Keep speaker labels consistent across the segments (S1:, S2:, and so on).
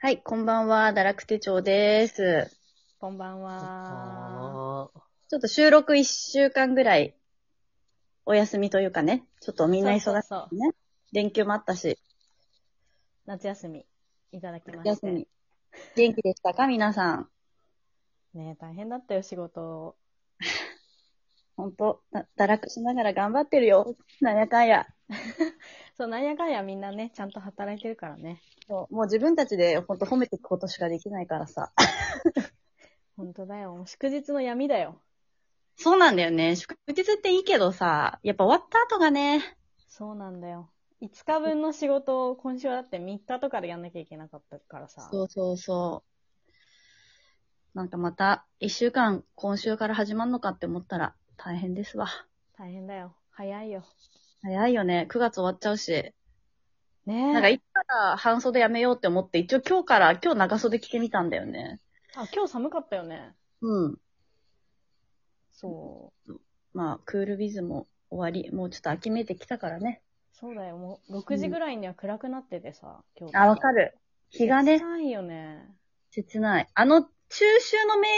S1: はい、こんばんは、堕落手帳です。
S2: こんばんは。
S1: ちょっと収録1週間ぐらい、お休みというかね、ちょっとみんな忙しい。
S2: そうそうそう
S1: 連休もあったし、
S2: 夏休みいただきまして。
S1: 休み。元気でしたか皆さん。
S2: ねえ大変だったよ、仕事。
S1: ほんと、だ堕落しながら頑張ってるよ。なんやかんや。
S2: そう、なんやかんやみんなね、ちゃんと働いてるからね。
S1: そうもう自分たちでほんと褒めていくことしかできないからさ。
S2: 本当だよ。もう祝日の闇だよ。
S1: そうなんだよね。祝日っていいけどさ、やっぱ終わった後がね、
S2: そうなんだよ。5日分の仕事を今週はだって3日とかでやんなきゃいけなかったからさ。
S1: そうそうそう。なんかまた、一週間、今週から始まるのかって思ったら、大変ですわ。
S2: 大変だよ。早いよ。
S1: 早いよね。9月終わっちゃうし。
S2: ねえ。
S1: なんか、いつから半袖やめようって思って、一応今日から、今日長袖着てみたんだよね。
S2: あ、今日寒かったよね。
S1: うん。
S2: そう。
S1: まあ、クールビズも終わり、もうちょっと秋めいてきたからね。
S2: そうだよ。もう6時ぐらいには暗くなっててさ、今日。
S1: あ、わか。る。日がね、
S2: ないよね。
S1: 切ない。あの、中秋の名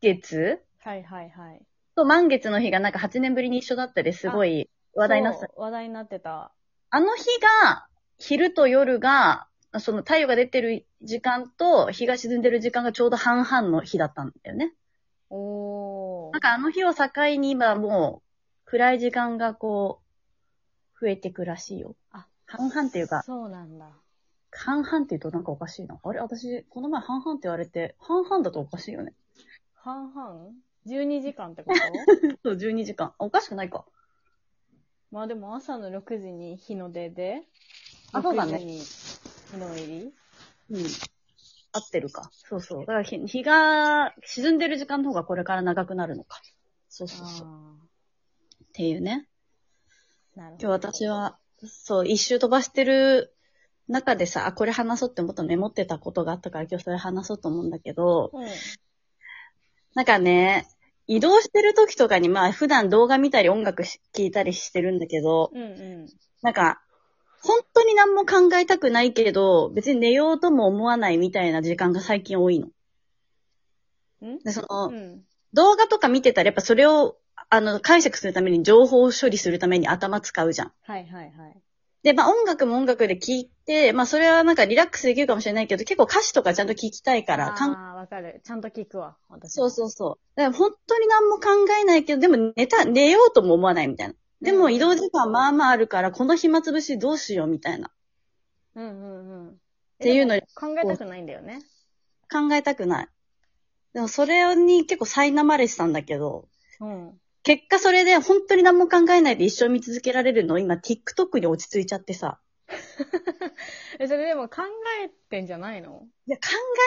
S1: 月
S2: はいはいはい。
S1: と満月の日がなんか8年ぶりに一緒だったですごい話題になってた
S2: そう話題になってた。
S1: あの日が、昼と夜が、その太陽が出てる時間と日が沈んでる時間がちょうど半々の日だったんだよね。
S2: おー
S1: なん。かあの日を境に今もう暗い時間がこう、増えてくらしいよ。
S2: あ、
S1: 半々っていうか、
S2: そうなんだ。
S1: 半々って言うとなんかおかしいな。あれ私、この前半々って言われて、半々だとおかしいよね。
S2: 半々 ?12 時間って こと
S1: そう、12時間。あおかしくないか。
S2: まあでも朝の6時に日の出で、
S1: あそうだね
S2: 6時に日の入り
S1: うん。合ってるか。そうそう。だから日日が沈んでる時間の方がこれから長くなるのか。そうそうそう。っ
S2: あ
S1: ていうね。
S2: ーなるほ
S1: 今
S2: ど。
S1: 日私は、そう、一周飛ばしてる中でさ、あ、これ話そうって思ったメモってたことがあったから今日それ話そうと思うんだけど、
S2: うん。
S1: なんかね、移動してる時とかにまあ普段動画見たり音楽し聴いたりしてるんだけど、
S2: うんうん。
S1: なんか、本当に何も考えたくないけど、別に寝ようとも思わないみたいな時間が最近多いの。
S2: ん
S1: で、その、
S2: うん。
S1: 動画とか見てたらやっぱそれを、あの、解釈するために情報を処理するために頭使うじゃん。
S2: はいはいはい。
S1: で、まあ音楽も音楽で聴いて、まあそれはなんかリラックスできるかもしれないけど、結構歌詞とかちゃんと聴きたいから、かん
S2: ああ、わかる。ちゃんと聞くわ、私
S1: そう
S2: も。
S1: そうそう。だから本当に何も考えないけど、でも寝た、寝ようとも思わないみたいな。でも移動時間まあまああるから、この暇つぶしどうしようみたいな。
S2: う。うんうんうん。って
S1: いうのに
S2: 考えたくないんだよね。
S1: 考えたくない。でもそれに結構苛まれてたんだけど、
S2: うん。
S1: 結果それで本当に何も考えないで一生見続けられるの、今 TikTok に落ち着いちゃってさ。
S2: え、それでも考えてんじゃないの
S1: いや、考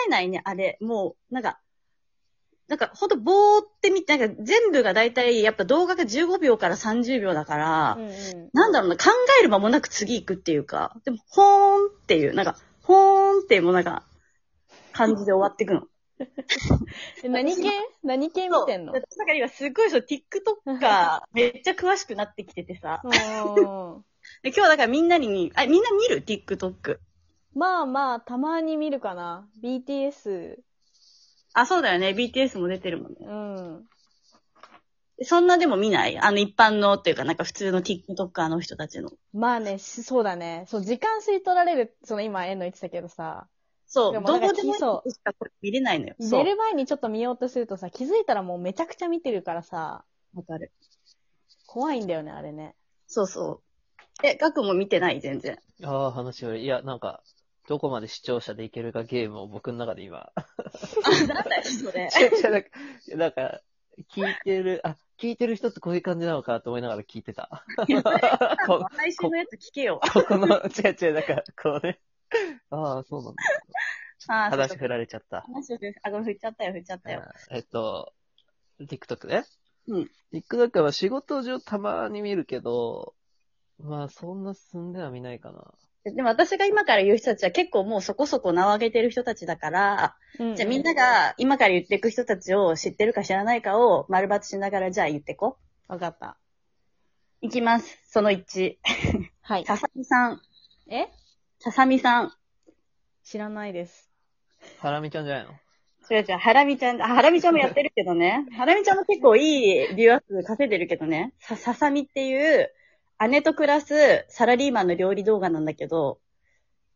S1: えないね、あれ。もう、なんか、なんか、ほんと、ぼーってみて、なんか、全部がだいたい、やっぱ動画が15秒から30秒だから、
S2: うんうん。
S1: なんだろうな、考える間もなく次行くっていうか、でも、ほーんっていう、なんか、ほーんっていう、もうなんか、感じで終わっていくの。
S2: え何系 何系見てんの
S1: そうだから今、すごい、そう、TikToker、めっちゃ詳しくなってきてて さ。
S2: うん。
S1: で今日、だからみんなに、あ、みんな見る ?TikTok。
S2: まあまあ、たまに見るかな。BTS。
S1: あ、そうだよね。BTS も出てるもんね。
S2: うん。
S1: そんなでも見ないあの一般のっていうか、なんか普通の TikToker の人たちの。
S2: まあね、しそうだね。そう、時間吸い取られる、その今、縁の言ってたけどさ、
S1: そう、
S2: で
S1: ど
S2: もなんか
S1: こでもし
S2: そ
S1: かこれ見れないのよ。そ
S2: 寝
S1: う。
S2: る前にちょっと見ようとするとさ、気づいたらもうめちゃくちゃ見てるからさ、
S1: わかる。
S2: 怖いんだよね、あれね。
S1: そうそう。え、ガクも見てない全然。
S3: ああ、話より。いや、なんか、どこまで視聴者でいけるかゲームを僕の中で今。
S1: あ、なんだよ、それ。
S3: 違う違うなんか、なんか聞いてる、あ、聞いてる人ってこういう感じなのかと思いながら聞いてた。 こ
S1: 配信のやつ聞けよ。
S3: ここの、違う違う、なんか、こうね。ああ、そうなんだ。
S1: あー、
S3: 話
S1: そうそう
S3: 振られちゃった。
S1: 話をあ、ごめん、振っちゃったよ、振っちゃったよ。
S3: えっと、TikTok ね。
S1: うん。
S3: TikTok は仕事上たまに見るけど、まあ、そんな進んでは見ないかな。
S1: でも私が今から言う人たちは結構もうそこそこ名を上げてる人たちだから、じゃあみんな。が今から言っていく人たちを知ってるか知らないかを丸抜しながらじゃあ言ってこ。
S2: わかった。
S1: いきます。その1。
S2: はい。
S1: ささみさん。
S2: え
S1: ささみさん。
S2: 知らないです。
S3: ハラミちゃんじゃないの
S1: 違う違う、ハラミちゃん、あハラミちゃんもやってるけどね。 ハラミちゃんも結構いいビューアップ稼いでるけどね。さ、ささみっていう、姉と暮らすサラリーマンの料理動画なんだけど、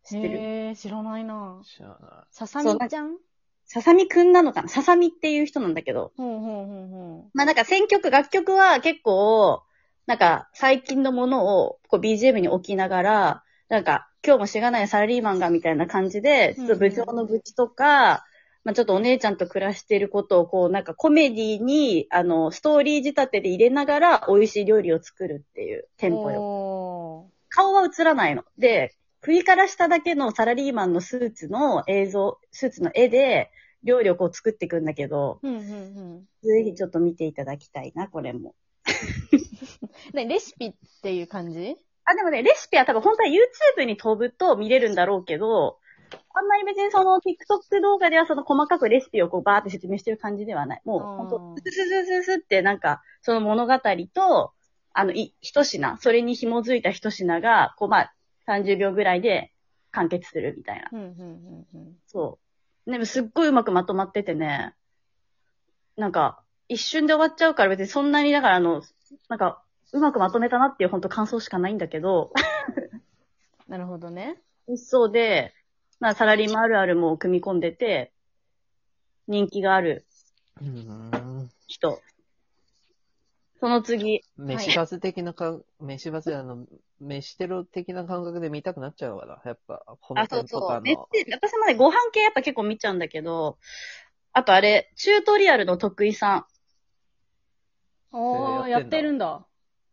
S1: 知ってる
S2: へえ、知らないな
S3: 知らな
S2: ささみちゃん
S1: ささみくんなのかなささみっていう人なんだけど。
S2: ほうほうほうほ
S1: まあなんか選曲、楽曲は結構、なんか最近のものをこう BGM に置きながら、なんか今日もしがないサラリーマンがみたいな感じで、ちょっと部長の愚痴とか、まあちょっとお姉ちゃんと暮らしてることをこうなんかコメディに、あの、ストーリー仕立てで入れながら美味しい料理を作るっていう
S2: う。
S1: テンポよ。
S2: よ。
S1: 顔は映らないの。で、首から下だけのサラリーマンのスーツの映像、スーツの絵で料理をこう作っていくんだけど、
S2: うんうんうん。
S1: ぜひちょっと見ていただきたいな、これも。
S2: ね、レシピっていう感じ
S1: あ、でもね、レシピは多分本当は YouTube に飛ぶと見れるんだろうけど、あんまり別にその TikTok 動画ではその細かくレシピをこうバーって説明してる感じではない。もう
S2: あー
S1: 本当、スススススってなんか、その物語と、あの、い、一品、それに紐づいた一品が、こうまあ、30秒ぐらいで完結するみたいな。
S2: うんうんうんうん。
S1: そう。でもすっごいうまくまとまっててね、なんか、一瞬で終わっちゃうから別にそんなにだからあの、なんか、うまくまとめたなっていう本当感想しかないんだけど、
S2: なるほどね。
S1: 美味しそうで、まあ、サラリーマンあるあるも組み込んでて、人気がある
S3: い。うん。
S1: 人。その次、
S3: 飯バス的なかん、飯バス、あの、飯テロ的な感覚で見たくなっちゃうわな。やっぱ、この
S1: あ、そ
S3: 店
S1: うそ
S3: 舗か
S1: う。めっ
S3: の。
S1: ちゃ、私もね、ご飯系やっぱ結構見ちゃうんだけど、あとあれ、チュートリアルの得意さん。
S2: ああ、
S3: や
S2: やっ
S3: ってんだ
S2: てるんだ。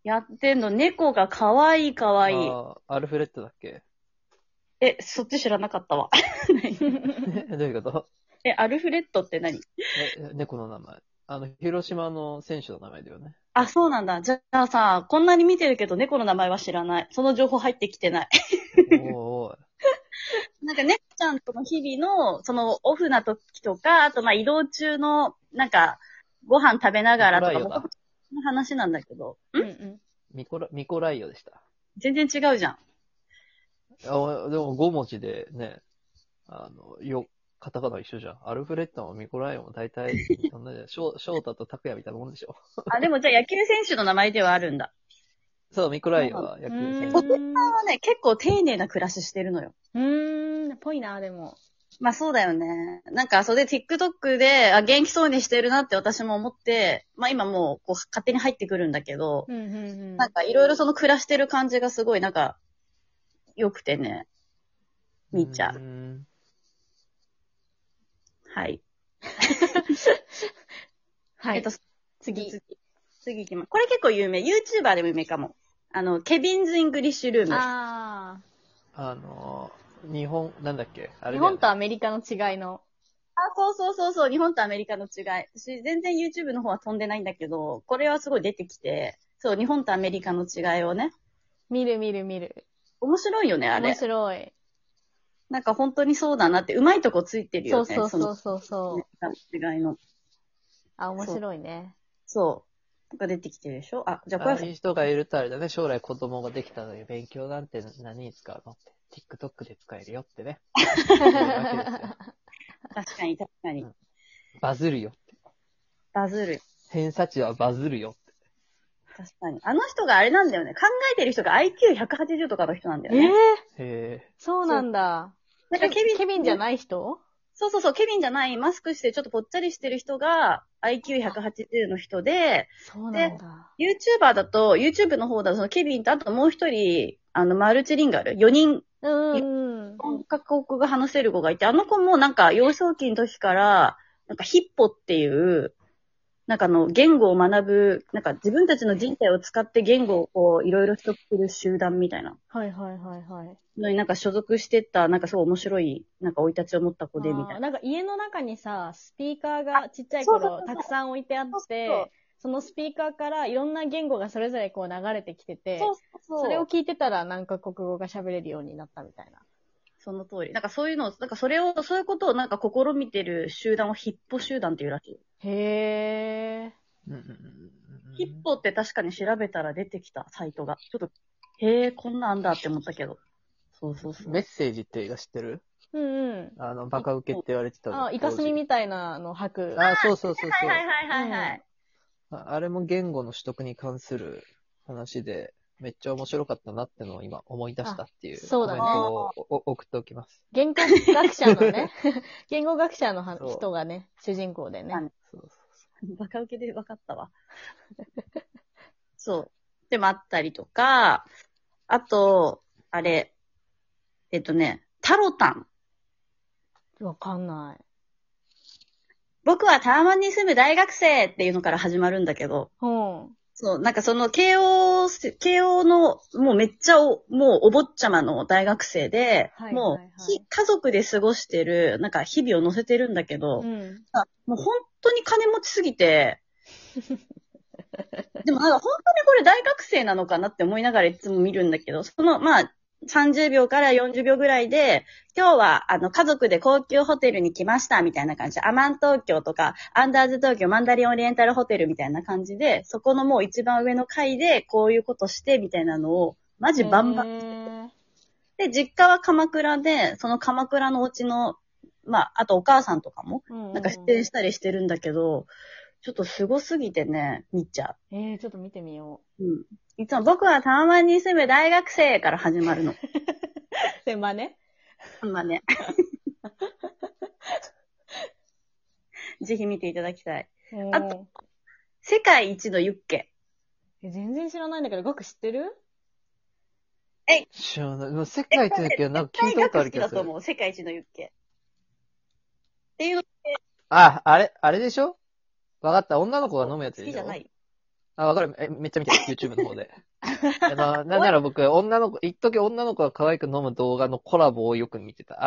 S1: やってんの、猫が可愛い可愛い。
S3: あーアルフレッドだっけ
S1: え、そっち知らなかったわ。
S3: どういうこと
S1: え、アルフレッドって何
S3: え猫の名前。あの、広島の選手の名前だよ ね。
S1: あ、そうなんだ。じゃあさ、こんなに見てるけど猫の名前は知らない。その情報入ってきてない。
S3: おーおい。
S1: なんか、ねっちゃんとの日々の、その、オフな時とか、あと、まあ、移動中の、なんか、ご飯食べながらと
S3: ミコラ
S1: か、
S3: イオだ
S1: もの話なんだけど、
S2: うん
S1: ん
S2: うん。
S3: ミコラ、ミコライオでした。
S1: 全然違うじゃん。
S3: あでも5文字でね、あの、よ、カタカナ一緒じゃん。アルフレッドもミコライオも大体、そんなじゃん。翔翔太と拓也みたいなもんでしょ。
S1: あ、でも、じゃあ、野球選手の名前ではあるんだ。
S3: そう、ミコライオは野球選
S2: う
S3: 手。
S1: お父さんはね、結構丁寧な暮らししてるのよ。
S2: うーん、ぽいな、でも。
S1: まあ、そうだよね。なんか、それで TikTok で、あ、元気そうにしてるなって私も思って、まあ、今もう、こう、勝手に入ってくるんだけど、
S2: うんうんうん。
S1: なんか、いろいろその暮らしてる感じがすごい、なんか、良くてね、見ちゃう。
S3: ん
S1: はい。
S2: は
S1: えっと、
S2: 次。
S1: 次。次行きます。これ結構有名。YouTuber でも有名かも。あの、ケビンズ・イングリッシュルーム。
S2: あ
S3: あの、日本、なんだっけあ
S2: あ、日
S3: れだよね
S2: 本とアメリカの違いの。
S1: あそうそうそうそう。日本とアメリカの違い。私、全然 YouTube の方は飛んでないんだけど、これはすごい出てきて、そう、日本とアメリカの違いをね。
S2: 見る見る見る。
S1: 面白いよね、あ
S2: 面
S1: れ。
S2: 白い。
S1: なんか本当にそうだなって、うまいとこついてる
S2: そ
S1: よ
S2: う
S1: ね。
S2: そうそうそう
S1: そ
S2: そう。
S1: の違いの。
S2: あ、面白いね。
S1: そう。が出てきてるでしょあ、じゃあ、こ
S3: あ
S1: れ
S3: いい人がいるとあれだね、将来子供ができたのに勉強なんて何に使うのって。TikTok で使えるよって ね。そういうわけですよ
S1: 確かに確かに
S3: うん。バズるよって。
S1: バズる。
S3: 偏差値はバズるよって。
S1: 確かに。あの人があれなんだよね。考えてる人が IQ180 とかの人なんだよ
S2: え
S1: ね。
S2: ー
S3: へ
S2: そうなんだ。
S1: なんかケビン、
S2: ケビンじゃ
S1: い
S2: ない人
S1: そうそうそう、ケビンじゃない、マスクしてちょっとぽっちゃりしてる人が IQ180 の人で、
S2: そうなんだ。
S1: YouTuber だと、YouTube の方だとそのケビンとあともう一人、あの、マルチリンガル、4人、
S2: うんうんうん。
S1: 4カ国語が話せる子がいて、あの子もなんか幼少期の時から、なんかヒッポっていう、なんかあの、言語を学ぶ、なんか自分たちの人体を使って言語をこう、いろいろ取得する集団みたいな
S2: はいはいはいはい。
S1: のになんか所属してった、なんかすごい面白い、なんか生い立ちを持った子で、みたい
S2: あ
S1: な。
S2: ーなんか家の中にさ、スピーカーがちっちゃい
S1: そうそう
S2: 頃
S1: そう
S2: たくさん置いてあっ
S1: そうそうそう
S2: て、そのスピーカーからいろんな言語がそれぞれこう流れてきてて、
S1: そうそうそう。
S2: それを聞いてたら何か国語が喋れるようになったみたいな。
S1: その通り。なんかそういうのを、なんかそれを、そういうことをなんか試みてる集団をヒッポ集団っていうらしい。
S2: へえ。
S3: ぇー。
S1: ヒッポって確かに調べたら出てきたサイトが。ちょっと、へえ、こんなんあんだって思ったけど。そうそうそう。
S3: メッセージって映画知ってる
S2: うんうん。
S3: あの、バカウケって言われてたの
S2: あ、イカスミみたいなの吐
S3: 当
S2: く
S3: 時。あ、そうそうそうそう。
S1: はい
S2: はいはいはい。
S3: ああれも言語の取得に関する話で、めっちゃ面白かったなってのを今思い出したっていう
S2: あそうだね
S3: コメントをおお送っておきます。
S2: 言語学者のね、 言語学者のは
S3: そう
S2: 人がね、主人公でね。
S1: あの
S3: そうそう
S1: バカ受けで分かったわ。 そう。でもあったりとか、あと、あれ、えっとね、タロタン。
S2: わかんない。
S1: 僕はタワマンに住む大学生っていうのから始まるんだけど、
S2: うん。
S1: そう、なんかその、慶応、慶応の、もうめっちゃお、もうお坊ちゃまの大学生で、
S2: はいはい
S1: も
S2: はいう
S1: ひ、家族で過ごしてる、なんか日々を載せてるんだけど、
S2: うん。
S1: もう本当に金持ちすぎて、 でもなんか本当にこれ大学生なのかなって思いながらいつも見るんだけど、そのまあ30秒から40秒ぐらいで、今日はあの家族で高級ホテルに来ましたみたいな感じで、アマン東京とかアンダーズ東京マンダリンオリエンタルホテルみたいな感じで、そこのもう一番上の階でこういうことしてみたいなのを、マジバンバン
S2: ン。
S1: で、実家は鎌倉で、その鎌倉のお家の、まあ、あとお母さんとかも、な
S2: なん
S1: か出演したりしてるんだけど、ちょっとすごすぎてね、見ちゃ
S2: えー、ちょっと見てみよ
S1: う。うん。いつも僕はタワマンに住む大学生から始まるの。
S2: う。で、まあね。
S1: まあ ね。ぜひ見ていただきたい。あ
S2: と、
S1: 世界一のユッケ。
S2: え全然知らないんだけど、学知ってる
S3: 知らない。でも世界ってだけどなんか聞いたことある気が
S1: だ
S3: す
S1: と
S3: る。
S1: 思う、世界一のユッケ。っていうの
S3: あ、あれ、あれでしょわかった。女の子が飲むやつ
S1: 好
S3: でし
S1: き
S3: ょ
S1: じゃない。
S3: あ、わかる。え、めっちゃ見てる。YouTube の方 で。あの、なんなら僕、女の子、一時女の子が可愛く飲む動画のコラボをよく見てた。あ